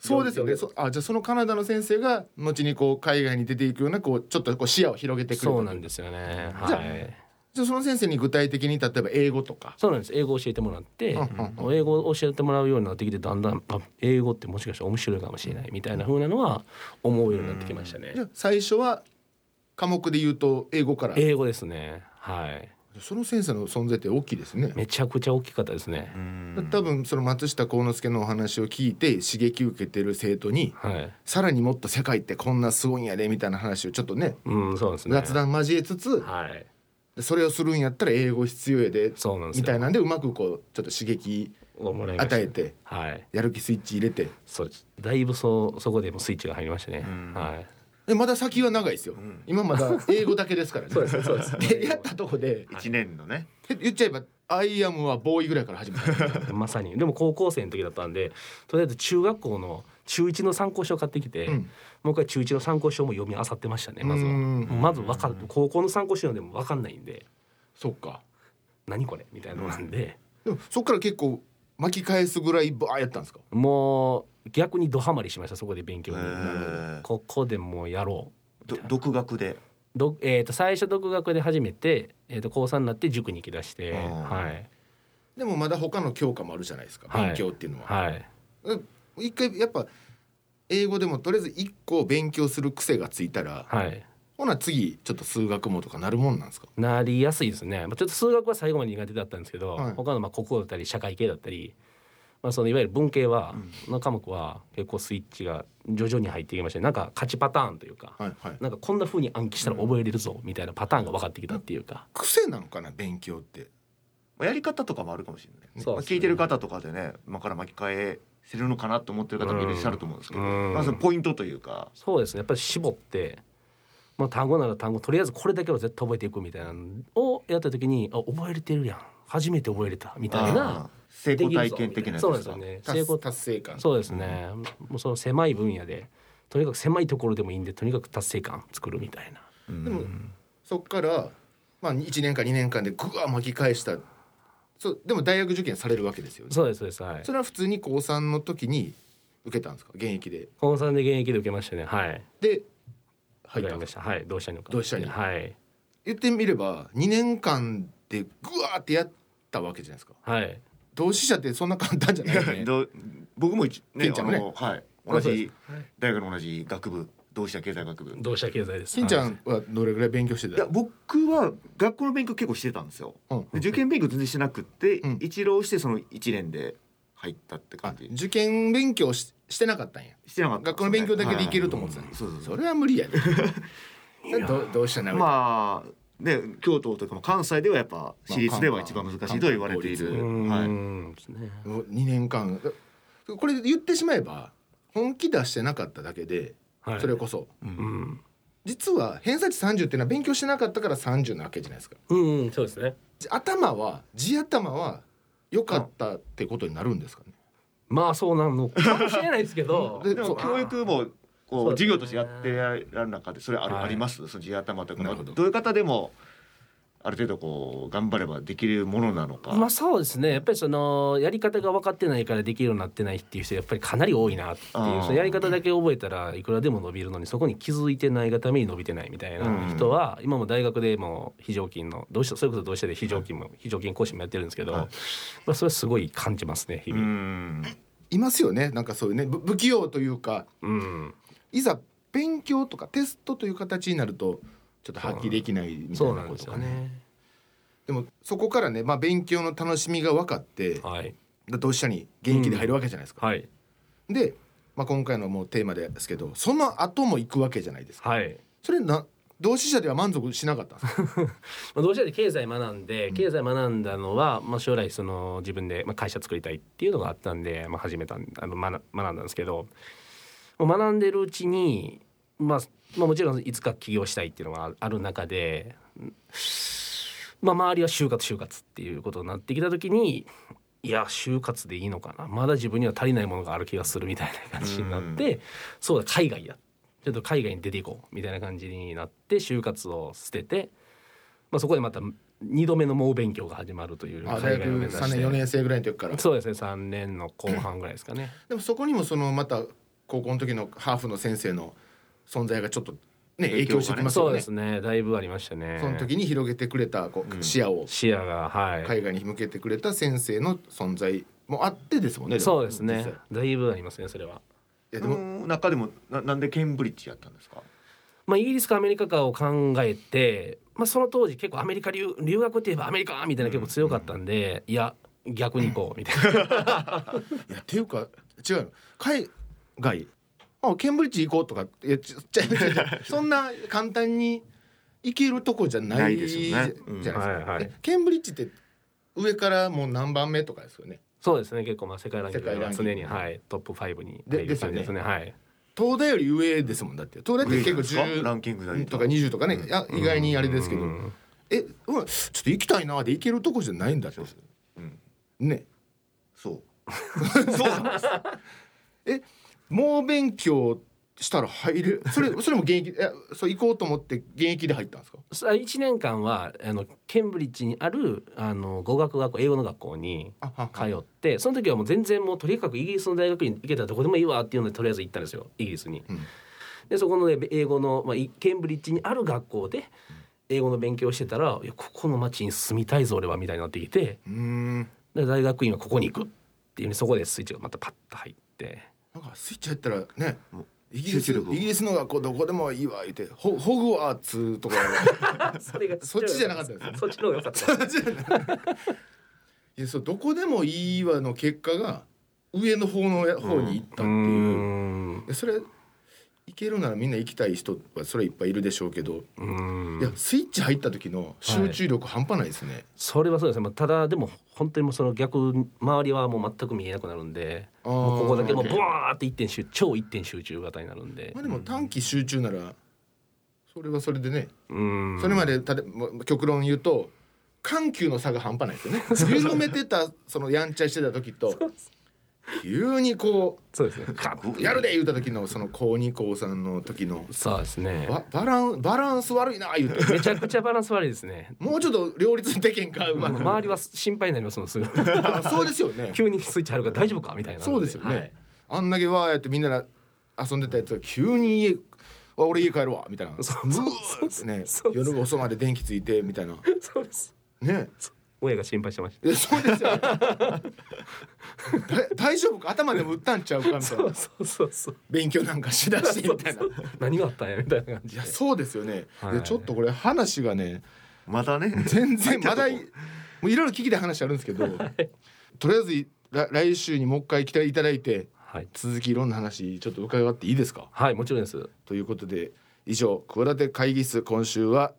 Speaker 1: そうですよね。そあじゃあそのカナダの先生が後にこう海外に出ていくようなこうちょっとこう視野を広げてくれた
Speaker 3: そうなんですよね
Speaker 1: じゃあ
Speaker 3: はい
Speaker 1: じゃあその先生に具体的に例えば英語とか。
Speaker 3: そうなんです英語を教えてもらって、
Speaker 1: うん
Speaker 3: 英語を教えてもらうようになってきてだんだんあ英語ってもしかしたら面白いかもしれないみたいな風なのは思うようになってきましたね、
Speaker 1: じゃあ最初は科目で言うと英語から。
Speaker 3: 英語ですねはい
Speaker 1: その先生の存在って大きいですね。
Speaker 3: めちゃくちゃ大きかったですね、
Speaker 1: 多分その松下幸之助のお話を聞いて刺激を受けてる生徒に
Speaker 3: はい
Speaker 1: さらにもっと世界ってこんなすごいんやでみたいな話をちょっとね
Speaker 3: うんそうですね
Speaker 1: 雑談交えつつ
Speaker 3: はい
Speaker 1: それをするんやったら英語必要やで
Speaker 3: そうなんです
Speaker 1: み
Speaker 3: よ
Speaker 1: たいなんでうまくこうちょっと刺激
Speaker 3: をもらいました
Speaker 1: 与えて
Speaker 3: はい
Speaker 1: やる気スイッチ入れて
Speaker 3: そうですだいぶそうそこでもうスイッチが入りましたね、はい
Speaker 1: でまだ先は長いですよ、今ま
Speaker 3: [laughs]
Speaker 1: だ英語だけですからね
Speaker 3: そうですそうです
Speaker 1: でやったとこで
Speaker 2: 一年のね。
Speaker 1: え言っちゃえば「アイアム」はボーイぐらいから始まる
Speaker 3: まさにでも高校生の時だったんでとりあえず中学校の中1の参考書を買ってきて、
Speaker 1: うん
Speaker 3: もう一回中1の参考書も読み漁ってましたねまずは
Speaker 1: うん
Speaker 3: まずわかる高校の参考書読んでも分かんないんで
Speaker 1: そっか
Speaker 3: 何これみたいなのなんで、
Speaker 1: でもそっから結構巻き返すぐらいバーやったんですか
Speaker 3: もう逆にドハマりしましたそこで勉強に
Speaker 2: へー
Speaker 3: ここでもうやろう
Speaker 2: ど独学で。
Speaker 3: ど、えー、と最初独学で始めて、えー、と高3になって塾に行きだして
Speaker 2: あー
Speaker 3: はい
Speaker 1: でもまだ他の教科もあるじゃないですか
Speaker 3: はい
Speaker 1: 勉強っていうのは、
Speaker 3: はい
Speaker 1: うん一回やっぱ英語でもとりあえず一個勉強する癖がついたら
Speaker 3: はい
Speaker 1: ほな次ちょっと数学もとかなるもんなんですか
Speaker 3: なりやすいですね、まあ、ちょっと数学は最後まで苦手だったんですけど、
Speaker 1: はい
Speaker 3: 他のまあ国語だったり社会系だったり、まあ、そのいわゆる文系は、の科目は結構スイッチが徐々に入っていきましてなんか勝ちパターンというか、
Speaker 1: はいはい
Speaker 3: なんかこんな風に暗記したら覚えれるぞみたいなパターンが分かってきたっていうか、
Speaker 1: 癖なのかな勉強って
Speaker 2: まあやり方とかもあるかもしれない、ね。
Speaker 3: そう
Speaker 2: まあ
Speaker 3: ですね
Speaker 2: 聞いてる方とかでね、今から巻き替えせるのかなと思ってる方もいらっしゃると思うんですけど、
Speaker 3: うん
Speaker 2: まあそのポイントというか。
Speaker 3: そうですねやっぱり絞って、まあ、単語なら単語とりあえずこれだけは絶対覚えていくみたいなのをやった時にあ覚えれてるやん初めて覚えれたみたいな
Speaker 2: あー成
Speaker 3: で
Speaker 2: 功
Speaker 3: きる
Speaker 2: 体
Speaker 3: ぞ
Speaker 2: 験的なやつ
Speaker 3: そうなん
Speaker 2: で
Speaker 3: ですす
Speaker 2: か
Speaker 1: 達
Speaker 3: よ。ね成功
Speaker 1: 達成感
Speaker 3: そうですね、もうその狭い分野でとにかく狭いところでもいいんでとにかく達成感作るみたいな
Speaker 1: でもそっから、まあ、1年か2年間でぐわー巻き返したそうでも大学受験されるわけですよね
Speaker 3: そうですそうですはい
Speaker 1: それは普通に高3の時に受けたんですか現役で
Speaker 3: 高3で現役で受けましたねはい
Speaker 1: で入ったん
Speaker 3: 受かり
Speaker 1: で
Speaker 3: ますしたはい同志社に受か
Speaker 1: 同志社に
Speaker 3: はい
Speaker 1: 言ってみれば2年間でぐわーってやったわけじゃないですか
Speaker 3: はい
Speaker 1: 同志社ってそんな簡単じゃないよね
Speaker 2: [laughs] どう僕も一ね
Speaker 1: ケンちゃんもね
Speaker 2: あのはい同
Speaker 3: そうで
Speaker 2: じ大学の同じ学部同志社経済学部
Speaker 3: 同志社経済です
Speaker 1: しんちゃ
Speaker 3: はい
Speaker 1: んはどれぐらい勉強して
Speaker 2: いや
Speaker 1: た、
Speaker 2: 僕は学校の勉強結構してたんですよ
Speaker 1: うん、
Speaker 2: で受験勉強全然しなくって、
Speaker 1: うん
Speaker 2: 一浪してその一年で入ったって
Speaker 1: あ
Speaker 2: 感じ
Speaker 1: 受験勉強ししてなかったんや
Speaker 2: してなかったん
Speaker 1: 学
Speaker 2: です
Speaker 1: 校
Speaker 2: よ
Speaker 1: の勉
Speaker 2: ね、
Speaker 1: 強だけでいけると思ってたん
Speaker 2: は
Speaker 1: や
Speaker 2: いそうそうそ
Speaker 1: それは無理やねどどうしたな
Speaker 2: うまあで京都というかまあ関西ではやっぱ私立では一番難しいと言われている、
Speaker 3: うん
Speaker 2: はい、
Speaker 3: ですね
Speaker 1: もう2年間これ言ってしまえば本気出してなかっただけで
Speaker 3: はい
Speaker 1: それこそ、
Speaker 2: うん
Speaker 3: うん
Speaker 1: 実は偏差値30っていうのは勉強してなかったから30なわけじゃないですか
Speaker 3: うんうんそうですね
Speaker 1: 頭は地頭は良かったってことになるんですかね、
Speaker 3: まあそうなのかもしれないですけど
Speaker 1: で
Speaker 2: [laughs] で
Speaker 1: そ
Speaker 2: も
Speaker 1: う
Speaker 2: 教育もこう
Speaker 3: そうです
Speaker 2: 授
Speaker 3: ね
Speaker 2: 業としてやってやる中でそれある、
Speaker 3: はい
Speaker 2: ありますその地頭とか
Speaker 1: な
Speaker 2: ど
Speaker 1: るほど
Speaker 2: どういう方でもある程度こう頑張ればできるものなのか、
Speaker 3: まあそうですねやっぱりそのやり方が分かってないからできるようになってないっていう人やっぱりかなり多いなっていうそ
Speaker 2: あー
Speaker 3: のやり方だけ覚えたらいくらでも伸びるのにそこに気づいてないがために伸びてないみたいな人は今も大学でも非常勤のどうしたそれこそどうしてで非常勤も非常勤講師もやってるんですけど
Speaker 2: はい
Speaker 3: まあそれはすごい感じますね日
Speaker 2: う
Speaker 3: 々。
Speaker 2: ん
Speaker 1: いますよねなんかそういうねぶ不器用というか
Speaker 3: うん
Speaker 1: いざ勉強とかテストという形になるとちょっと発揮できないみた
Speaker 3: そ
Speaker 1: いうな
Speaker 3: なん
Speaker 1: こ
Speaker 3: です
Speaker 1: と
Speaker 3: よ
Speaker 1: がね
Speaker 3: ね。
Speaker 1: でもそこからね、まあ、勉強の楽しみが分かって
Speaker 3: はい
Speaker 1: だ同志社に現役で入るわけじゃないですか、
Speaker 3: はい
Speaker 1: で、まあ、今回のもうテーマですけどその後も行くわけじゃないですか
Speaker 3: はい。
Speaker 1: それな同志社では満足しなかったんですか
Speaker 3: まあ、同志社で経済学んで経済学んだのは、まあ、将来その自分で、まあ、会社作りたいっていうのがあったんで、まあ、始めたんあの学学んだんですけどもう学んでるうちに、まあまあ、もちろんいつか起業したいっていうのがあある中で、うんまあ、周りは就活就活っていうことになってきた時にいや就活でいいのかなまだ自分には足りないものがある気がするみたいな感じになって、そうだ海外やちょっと海外に出ていこうみたいな感じになって就活を捨てて、まあ、そこでまた2度目の猛勉強が始まるという
Speaker 1: あ大
Speaker 3: 海外を目
Speaker 1: 学
Speaker 3: 指して
Speaker 1: 3年4年生ぐらいの時から
Speaker 3: そうですね3年の後半ぐらいですかね。
Speaker 1: でもそこにもそのまた高校の時のハーフの先生の存在がちょっとね影響してきます
Speaker 3: そ
Speaker 1: よ
Speaker 3: うで
Speaker 1: ね
Speaker 3: すねだいぶありましたね。
Speaker 1: その時に広げてくれたこ
Speaker 2: う
Speaker 1: うん視野を
Speaker 3: 視野がはい、
Speaker 1: 海外に向けてくれた先生の存在もあってですもんねも
Speaker 3: そうです
Speaker 1: 実際
Speaker 3: ね
Speaker 1: い
Speaker 3: だいぶありますねそれは。
Speaker 1: やで
Speaker 2: そ
Speaker 1: も、
Speaker 2: の中でもななんでケンブリッジやったんですか
Speaker 3: まあ、イギリスかアメリカかを考えて、まあ、その当時結構アメリカ留留学って言えばアメリカみたいな結構強かったんで、いや逆に行こうみた
Speaker 1: [laughs]
Speaker 3: いな
Speaker 1: いやっていうか違うよ海外あケンブリッジ行こうとかいやちょ [laughs] ちょちょちょそんな簡単に行けるとこじゃない
Speaker 2: ないですよねうん
Speaker 1: じゃないですか、
Speaker 3: はいはい
Speaker 1: えケンブリッジって上からもう何番目とかですよね
Speaker 3: そうですね結構まあ世界ランキング
Speaker 1: 世界ラ
Speaker 3: は
Speaker 1: ンキング
Speaker 3: 常に、はい、トップ5に
Speaker 1: で
Speaker 3: 入る感じ
Speaker 1: で
Speaker 3: ですす
Speaker 1: よ
Speaker 3: ねはい
Speaker 1: 東大より上ですもんだって東大って結構
Speaker 2: 上ラ
Speaker 1: 10
Speaker 2: ンキングだ
Speaker 1: とか20とかね、いや意外にあれですけど、
Speaker 3: うん
Speaker 1: え、うん、ちょっと行きたいなで行けるとこじゃないんだって
Speaker 2: そうですうん
Speaker 1: ね
Speaker 2: そう
Speaker 1: [laughs]
Speaker 2: そうなんです
Speaker 1: 猛勉強したら入れそれそれも現役えそう行こうと思って現役で入ったんですか
Speaker 3: さあ1年間はあのケンブリッジにあるあの語学学校英語の学校に
Speaker 1: あは
Speaker 3: 通ってその時はもう全然もうとにかくイギリスの大学に行けたらどこでもいいわっていうのでとりあえず行ったんですよイギリスに。
Speaker 1: うん
Speaker 3: でそこの、ね、英語の、まあ、いケンブリッジにある学校で英語の勉強をしてたら「いやここの町に住みたいぞ俺は」みたいになってきて
Speaker 1: うーん
Speaker 3: で大学院はここに行くっていうねそこでスイッチがまたパッと入って。
Speaker 1: なんかスイッチ入ったらね
Speaker 2: うん
Speaker 1: イギリス
Speaker 2: 集中力を
Speaker 1: イギリスの学校どこでもいいわ言ってホホグワーツ
Speaker 2: [laughs]
Speaker 1: とか
Speaker 3: それが
Speaker 1: [laughs] そっちじゃなかったんですね
Speaker 3: そっちの方が良かった。
Speaker 1: いやそうどこでもいいわの結果が上の方のや方に行ったっていう、
Speaker 3: ん
Speaker 1: いやそれ行けるならみんな行きたい人はそれいっぱいいるでしょうけど、
Speaker 3: うん
Speaker 1: いやスイッチ入った時の集中力半端ないですね、
Speaker 3: それはそうですね、まあ、ただでも本当にもうその逆周りはもう全く見えなくなるんで
Speaker 1: あー
Speaker 3: もうここだけもうブワーって一点集超一点集中型になるんで
Speaker 1: まあ、でも短期集中ならそれはそれでね、
Speaker 3: うん
Speaker 1: それまでたでもう極論言うと緩急の差が半端ないですよね緩めてたそのやんちゃしてた時と急にこ
Speaker 3: そうですねカ
Speaker 1: う「
Speaker 3: ッ
Speaker 1: やるで!」言うた時のその高二高三の時の
Speaker 3: そうですね
Speaker 1: ババランバランス悪いな言うて
Speaker 3: めちゃくちゃバランス悪いですね
Speaker 1: もうちょっと両立できへんかうまく
Speaker 3: 周りは心配になりますもんすぐ
Speaker 1: あそうですよね
Speaker 3: 急にスイッチ入るから大丈夫かみたいな
Speaker 1: そうですよね、
Speaker 3: はい
Speaker 1: あんだけわーやってみんなで遊んでたやつが急に家あ俺家帰るわみたいな
Speaker 3: そうそう
Speaker 1: うわーってね
Speaker 3: そうそう
Speaker 1: 夜遅まで電気ついてみたいな
Speaker 3: そうです
Speaker 1: ね
Speaker 3: 親が心配してまし
Speaker 1: えそうですよねだ大丈夫か頭でも打ったんちゃうかみ
Speaker 3: た
Speaker 1: たい
Speaker 3: そ
Speaker 1: な
Speaker 3: うそう [laughs] そうそう
Speaker 1: 勉強なんかしだしてみたいな
Speaker 3: そうそう何があったんやみたいな感
Speaker 1: い
Speaker 3: じで
Speaker 1: やそうですよね、
Speaker 3: はい
Speaker 1: でちょっとこれ話がね
Speaker 2: またね
Speaker 1: 全然まだい
Speaker 2: 入っ
Speaker 1: も
Speaker 2: ちゃ
Speaker 1: ういろいろ聞きたい話あるんですけど、とりあえずいら来週にもう一回来ていただいて
Speaker 3: はい、
Speaker 1: 続きいろんな話ちょっと伺っていいですか
Speaker 3: はい、もちろんです
Speaker 1: ということで以上企て会議室今週は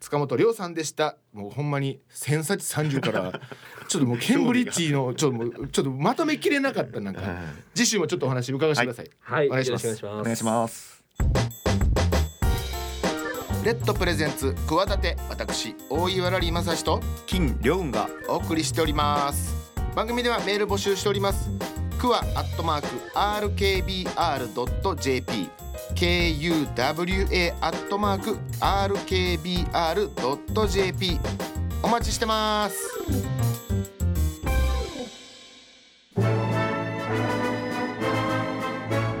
Speaker 1: 塚本亮さんでしたもうほんまに千差三十 [laughs] からちょっともうケンブリッジのちょっともうちょっとまとめきれなかったなんか次週もちょっとお話伺わせてください、
Speaker 3: はい、
Speaker 1: お願いします
Speaker 3: よろしくお
Speaker 2: お
Speaker 3: 願
Speaker 2: 願
Speaker 3: い
Speaker 2: い
Speaker 3: し
Speaker 2: し
Speaker 3: ま
Speaker 2: ます
Speaker 1: レッドプレゼンツ企て私大岩良理正史と
Speaker 2: 金良雲が
Speaker 1: お送りしております番組ではメール募集しておりますくわアットマーク RKBR.jp KUWA アットマーク RKBR.jp お待ちしてます企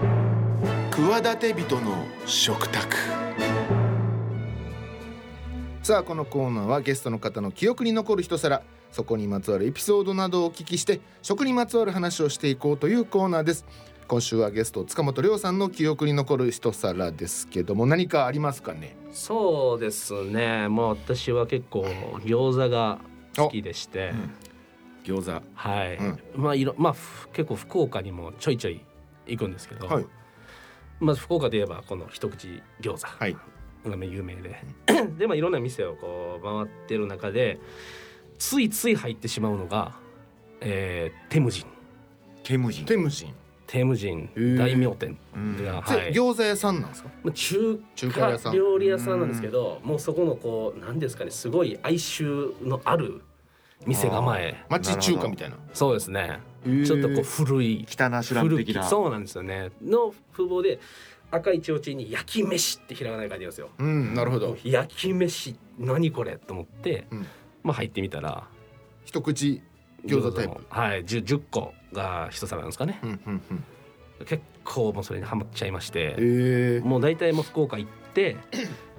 Speaker 1: て人の食卓さあこのコーナーはゲストの方の記憶に残る一皿そこにまつわるエピソードなどをお聞きして食にまつわる話をしていこうというコーナーです今週はゲスト塚本亮さんの記憶に残る一皿ですけども何かありますかね
Speaker 3: すそうですねもう私は結構餃子が好きでして、
Speaker 1: 餃子
Speaker 3: はい、
Speaker 1: うん
Speaker 3: まあいろまあふ結構福岡にもちょいちょい行くんですけど、
Speaker 1: はい
Speaker 3: まあ福岡で言えばこの一口餃子、
Speaker 1: はい
Speaker 3: が有名で [laughs] で、まあ、いろんな店をこう回ってる中でついつい入ってしまうのが、えー、テムジン
Speaker 2: ケムジン
Speaker 1: 天武神
Speaker 3: テムジン
Speaker 1: ー
Speaker 3: 大名店
Speaker 2: うん
Speaker 3: が、
Speaker 1: そ
Speaker 3: は
Speaker 1: れ
Speaker 3: い、
Speaker 1: 餃子屋さんなんですか
Speaker 3: まあ中
Speaker 1: 中華
Speaker 3: 華
Speaker 1: 屋さん
Speaker 3: 料理屋さんなんですけどもうそこのこう何ですかねすごい哀愁のある店構え
Speaker 1: 町中華みたいな
Speaker 3: そうですね
Speaker 1: へえ
Speaker 3: ちょっとこう古い
Speaker 2: 北ナシュラン
Speaker 3: 古
Speaker 2: 的
Speaker 3: き
Speaker 2: な
Speaker 3: そうなんですよねの風貌で赤いちょうちんに「焼き飯」ってひらがなで書いてあるんですよ。
Speaker 1: うんなるほど
Speaker 3: 焼き飯何これと思って、
Speaker 1: うん
Speaker 3: まあ入ってみたら
Speaker 1: 一口餃子タイプ
Speaker 3: のはい10 10個が一皿なんですかね
Speaker 1: う、んうんうん
Speaker 3: 結構もうそれにハマっちゃいまして、
Speaker 1: え
Speaker 3: もう大体もう福岡行って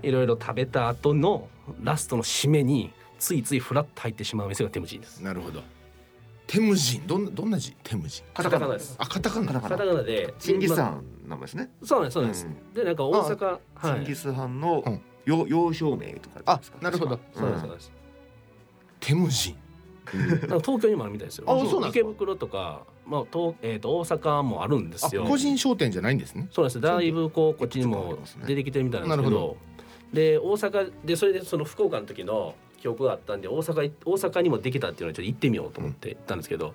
Speaker 3: いろいろ食べた後のラストの締めについついフラッと入ってしまう店がテムジンです
Speaker 1: なるほど天武神どんなどんな字天武神
Speaker 2: カタ
Speaker 3: カ
Speaker 2: カ
Speaker 3: タ
Speaker 2: ナ
Speaker 3: カナ
Speaker 2: で
Speaker 3: ですす
Speaker 1: あカタカ
Speaker 2: カ
Speaker 1: ナ
Speaker 2: タ
Speaker 3: カ
Speaker 2: カ
Speaker 3: タ
Speaker 2: ナ
Speaker 3: カナで
Speaker 2: チンギス
Speaker 3: ま
Speaker 2: ハ
Speaker 3: あ
Speaker 2: ンなんですね
Speaker 3: そうなんですそうなんです、
Speaker 2: うん
Speaker 3: でなんか大阪はい
Speaker 2: チンギスハンの
Speaker 1: うん
Speaker 2: 幼幼少名とかですか
Speaker 1: あなるほど
Speaker 3: そうなんで
Speaker 2: う
Speaker 3: す、そうんなんです
Speaker 1: 天武神
Speaker 3: なんか東京にもあるみたいですよ
Speaker 1: あそうなんです
Speaker 3: 池
Speaker 1: か
Speaker 3: 袋とか、まあ東えー、と大阪もあるんですよ
Speaker 1: あ個人商店じゃないんですね
Speaker 3: そうなんですだいぶこうこっちに
Speaker 2: ちょっとあ
Speaker 3: も
Speaker 2: りますね
Speaker 3: 出てきてるみたいなんですけど
Speaker 1: なるほ
Speaker 3: で大阪でそれでその福岡の時の記憶があったんで大阪い大阪にもできたっていうのでちょっと行ってみようと思って行ったんですけど、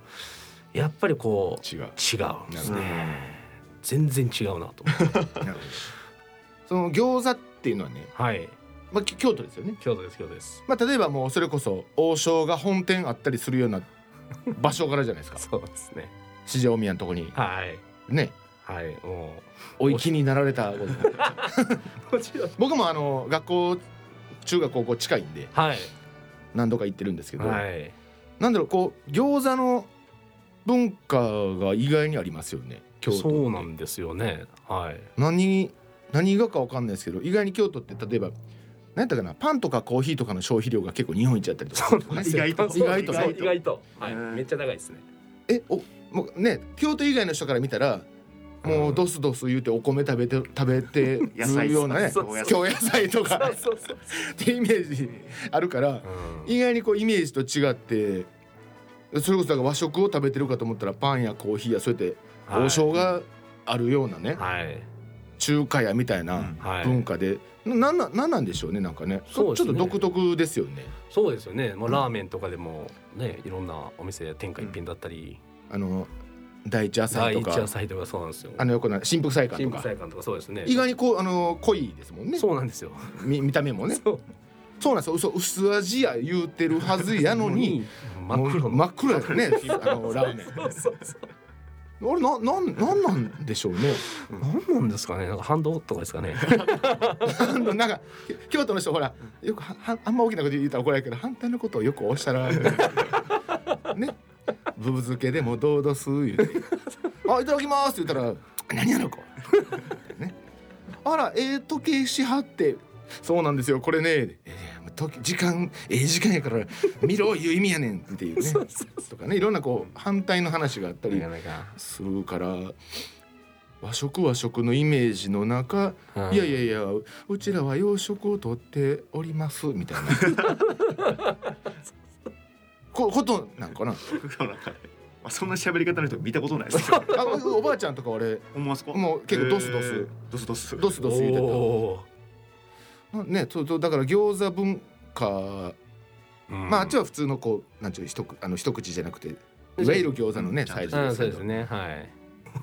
Speaker 3: やっぱりこう
Speaker 1: 違う
Speaker 3: 違うんです
Speaker 1: な
Speaker 3: ね
Speaker 1: る
Speaker 3: 全然違うなと思 [laughs] って
Speaker 1: なるほどその餃子っていうのはね、
Speaker 3: はい
Speaker 1: まあ、き京都ですよね、
Speaker 3: 京都です京都です
Speaker 1: まあ、例えばもうそれこそ王将が本店あったりするような場所からじゃないです
Speaker 3: [laughs]
Speaker 1: か
Speaker 3: そうですね
Speaker 1: 四条宮のとこに
Speaker 3: はい
Speaker 1: ね
Speaker 3: はいも
Speaker 1: お行きになられたこと
Speaker 3: うもちろん
Speaker 1: 僕もあの学校中学高校近いんで
Speaker 3: はい
Speaker 1: 何度か行ってるんですけど、
Speaker 3: はい
Speaker 1: なんだろうこう餃子の文化が意外にありますよね京都
Speaker 3: そうなんですよねはい
Speaker 1: 何何がかわかんないですけど意外に京都って例えば何やったかなパンとかコーヒーとかの消費量が結構日本一あったりとか、
Speaker 2: んですよ意外と
Speaker 1: 意外と
Speaker 3: [laughs] 意外と意外とはい
Speaker 2: うん
Speaker 3: めっちゃ長いですね
Speaker 1: えおもうね京都以外の人から見たらもうドスドス言うてお米食べて食べ
Speaker 3: [laughs]
Speaker 1: て
Speaker 2: 野
Speaker 1: ず
Speaker 2: 菜
Speaker 1: るようなね
Speaker 3: そう
Speaker 2: お野菜
Speaker 1: 京野菜とか
Speaker 3: [laughs] そうそうそう
Speaker 1: ってイメージあるから
Speaker 3: うん
Speaker 1: 意外にこうイメージと違ってそれこそだから和食を食べてるかと思ったらパンやコーヒーやそうやって
Speaker 3: はい
Speaker 1: 王将があるようなね
Speaker 3: はい
Speaker 1: 中華屋みたいな
Speaker 3: はい
Speaker 1: 文化でななんなんなんでしょうねなんかね
Speaker 3: そうで
Speaker 1: ちょ
Speaker 3: す
Speaker 1: っ
Speaker 3: ね
Speaker 1: と独特ですよね
Speaker 3: そうですよねもうラーメンとかでもねいろんなお店天下一品だったり
Speaker 1: あの第一朝
Speaker 3: 第
Speaker 1: と
Speaker 3: 一
Speaker 1: か
Speaker 3: 野菜とかそうなんですよ
Speaker 1: あの横の新福菜館
Speaker 3: 新
Speaker 1: と
Speaker 3: 福
Speaker 1: か
Speaker 3: 菜館とかそうですね
Speaker 1: 意外にこうあの濃いですもんね
Speaker 3: そうなんですよ
Speaker 1: み見た目もね
Speaker 3: そう
Speaker 1: そうなんですよ嘘薄味や言うてるはずやのに
Speaker 3: [laughs] 真っ黒
Speaker 1: もう真
Speaker 3: の
Speaker 1: っ黒です
Speaker 3: [laughs]
Speaker 1: ねあのラーメン
Speaker 3: そうそうそう
Speaker 1: あれななんなんなんでしょうね
Speaker 3: 何なんですかねなんか反動とかですか [laughs] ね
Speaker 1: あのなんかき京都の人ほらよくははあんま大きなこと言ったら怒られるけど反対のことをよくおっしゃ [laughs] られるねぶぶ漬けでもどうどす言うて「あいただきます」って言ったら「何やのこ」ね「あらええ時計しはって」そうなんですよこれね、えーもう時時間ええ時間やから見ろいう意味やねんっていう [laughs] ねとかねいろんなこう反対の話があったり
Speaker 3: なか
Speaker 1: するから和食和食のイメージの中、
Speaker 3: うん
Speaker 1: いやいやいやうちらは洋食をとっておりますみたいな
Speaker 3: [laughs]
Speaker 1: こことなんかな
Speaker 2: そうなんかね [laughs] まあそんな喋り方の人見たことないですよ。
Speaker 1: あおおばあちゃんとか俺
Speaker 2: 思わすか。
Speaker 1: もう結構ドスドス
Speaker 2: えードスドス。
Speaker 1: ドスドス言うて
Speaker 3: おー
Speaker 1: たねそうそうだから餃子文か
Speaker 3: うん
Speaker 1: まああっちは普通のこうなんちゅう一口あの一口じゃなくてい
Speaker 3: うん
Speaker 1: わゆる餃子のね
Speaker 2: うん
Speaker 1: サイズ
Speaker 3: うん、
Speaker 1: です
Speaker 3: そう
Speaker 1: け
Speaker 3: で
Speaker 1: ど
Speaker 3: すねはい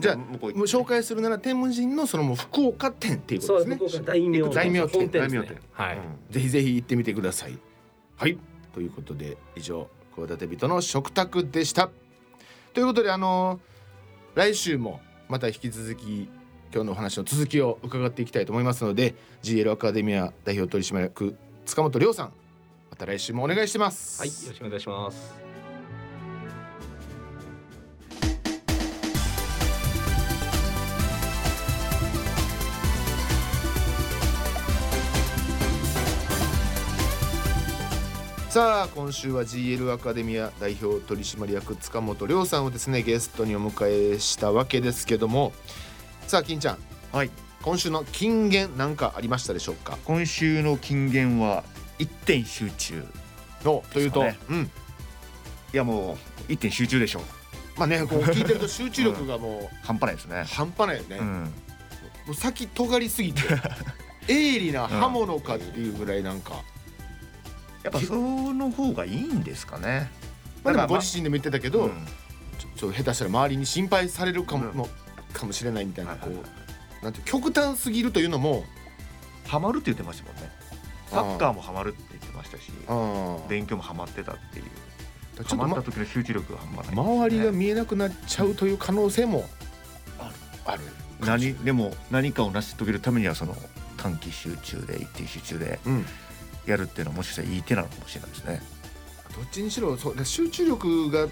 Speaker 1: じゃあ
Speaker 2: もうこう
Speaker 1: もう紹介するなら天文人のそのもう福岡店っていうこ
Speaker 3: そ
Speaker 1: と
Speaker 3: う
Speaker 1: ですね
Speaker 3: 福岡大名店
Speaker 1: 大名店
Speaker 3: 本店ですね
Speaker 2: 大名店
Speaker 3: はい、
Speaker 1: ぜひぜひ行ってみてください。はいということで以上企て人の食卓でした。ということであのー来週もまた引き続き今日のお話の続きを伺っていきたいと思いますので GL アカデミア代表取締役塚本亮さんまた来週もお願いします。
Speaker 3: はい、よろしくお願いします
Speaker 1: さあ今週は GL アカデミア代表取締役塚本亮さんをですねゲストにお迎えしたわけですけどもさあ金ちゃん
Speaker 2: はい
Speaker 1: 今週の金言なんかありましたでしょうか
Speaker 2: 今週の金言は一点集中
Speaker 1: のというと、
Speaker 2: です
Speaker 1: うん
Speaker 2: いやもう一点集中でしょう
Speaker 1: まあねこう聞いてると集中力がも
Speaker 2: 半端ないです
Speaker 1: う
Speaker 2: [laughs] ね、
Speaker 1: 半端ないよね、
Speaker 2: う
Speaker 1: も
Speaker 2: ん、
Speaker 1: う先尖りす
Speaker 2: [laughs]
Speaker 1: ぎて鋭利な刃物かっていうぐらいなんか、
Speaker 2: やっぱその方がいいんですかね
Speaker 1: まあ、でもご
Speaker 2: まあ
Speaker 1: 自身でも言ってたけど、
Speaker 2: うん
Speaker 1: ちょちょっと下手したら周りに心配されるかも,、
Speaker 2: うん
Speaker 1: もかもしれないみたいなこ
Speaker 2: はいはいう
Speaker 1: なんていう極端すぎるというのも
Speaker 2: ハマるって言ってましたもんねサッカーもハマるって言ってましたし
Speaker 1: あー
Speaker 2: 勉強もハマってたっていう
Speaker 1: ちょっ
Speaker 2: ハ
Speaker 1: と、
Speaker 2: マった
Speaker 1: ま、
Speaker 2: 時の集中力が半端ないですね、
Speaker 1: 周りが見えなくなっちゃうという可能性も
Speaker 2: ある
Speaker 1: ある
Speaker 2: 何でも何かを成し遂げるためにはその短期集中で一点集中で
Speaker 1: うん
Speaker 2: やるっていうのはもしかしたらいい手なのかもしれないですね
Speaker 1: どっちにしろそうだから集中力が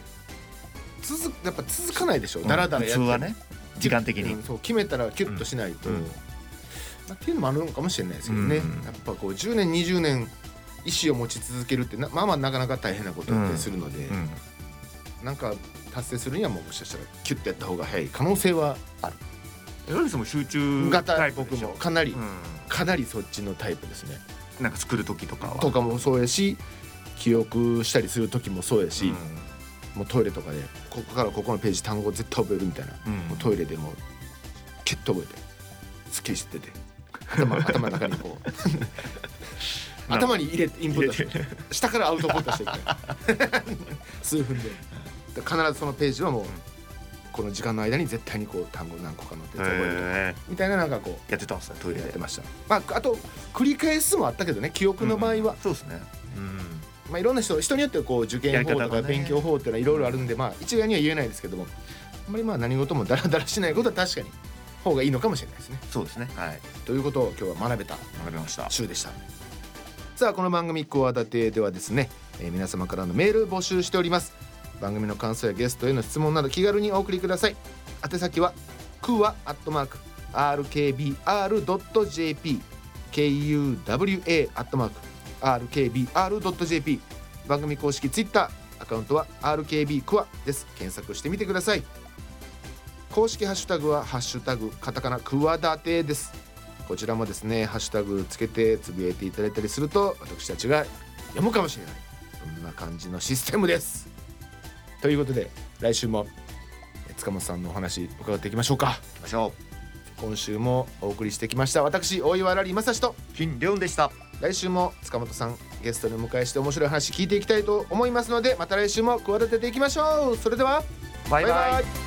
Speaker 1: 続くやっぱ続かないでしょ、だらだらや
Speaker 2: 普
Speaker 1: っ
Speaker 2: 通
Speaker 1: て
Speaker 2: はね時間的に、
Speaker 1: うんそう決めたらキュッとしないと、
Speaker 2: うんうん
Speaker 1: まあっていうのもあるのかもしれないですけどね、
Speaker 2: うん
Speaker 1: やっぱこう10年20年意思を持ち続けるってなまあまあなかなか大変なことってするので、
Speaker 2: うん
Speaker 1: なんか達成するにはもうもしかしたらキュッとやった方が早い可能性は
Speaker 2: エロリスも集中
Speaker 1: 型僕
Speaker 2: 僕
Speaker 1: も
Speaker 2: も、
Speaker 1: かなり、
Speaker 2: う
Speaker 1: かなりそっちのタイプですね。
Speaker 2: ん、なんか作る時とかは
Speaker 1: とかもそうやし記憶したりする時もそうやし、
Speaker 2: う
Speaker 1: もうトイレとかでここからここのページ単語絶対覚えるみたいな、
Speaker 2: ん
Speaker 1: もうトイレでもうキュッと覚えてすっきりしてて [laughs] 頭頭の中にこう頭に入れてインプットして下からアウトプットしてい [laughs] く数分でだから必ずそのページはもうこの時間の間に絶対にこう単語何個か載って
Speaker 2: へ
Speaker 1: 覚えるとか
Speaker 2: え
Speaker 1: みたいななんかこ
Speaker 2: やってたんですねトイ
Speaker 1: う
Speaker 2: レ
Speaker 1: やっ
Speaker 2: で
Speaker 1: てました、まあ、あと繰り返すもあったけどね記憶の場合は
Speaker 2: うん、そうですね、うん
Speaker 1: まあ、いろんな人人によってこう受
Speaker 2: や
Speaker 1: 験法
Speaker 2: り方
Speaker 1: と
Speaker 2: が
Speaker 1: か
Speaker 2: ね
Speaker 1: 勉強法っていうのはいろいろあるんで、まあ、一概には言えないですけどもあんまりまあ何事もダラダラしないことは確かに方がいいのかもしれないですね。
Speaker 2: そうですねはい
Speaker 1: ということを今日は学べた
Speaker 2: 学びました
Speaker 1: 週でした。さあこの番組「クワダテ」ではですね、えー皆様からのメール募集しております番組の感想やゲストへの質問など気軽にお送りください宛先はクワアットマーク RKBR.jp KUWA アットマーク RKBR.jp 番組公式ツイッターアカウントは RKB クワです検索してみてください公式ハッシュタグはハッシュタグカタカナクワダテですこちらもですねハッシュタグつけてつぶやいていただいたりすると私たちが読むかもしれないそんな感じのシステムですということで来週もえ塚本さんのお話伺っていきましょうか
Speaker 2: 行きましょ
Speaker 1: 今週もお送りしてきました私大岩良利正史と
Speaker 2: う金レオンでした
Speaker 1: 来週も塚本さんゲストにお迎えして面白い話聞いていきたいと思いますのでまた来週も企てていきましょうそれでは
Speaker 2: バイバイ
Speaker 1: イ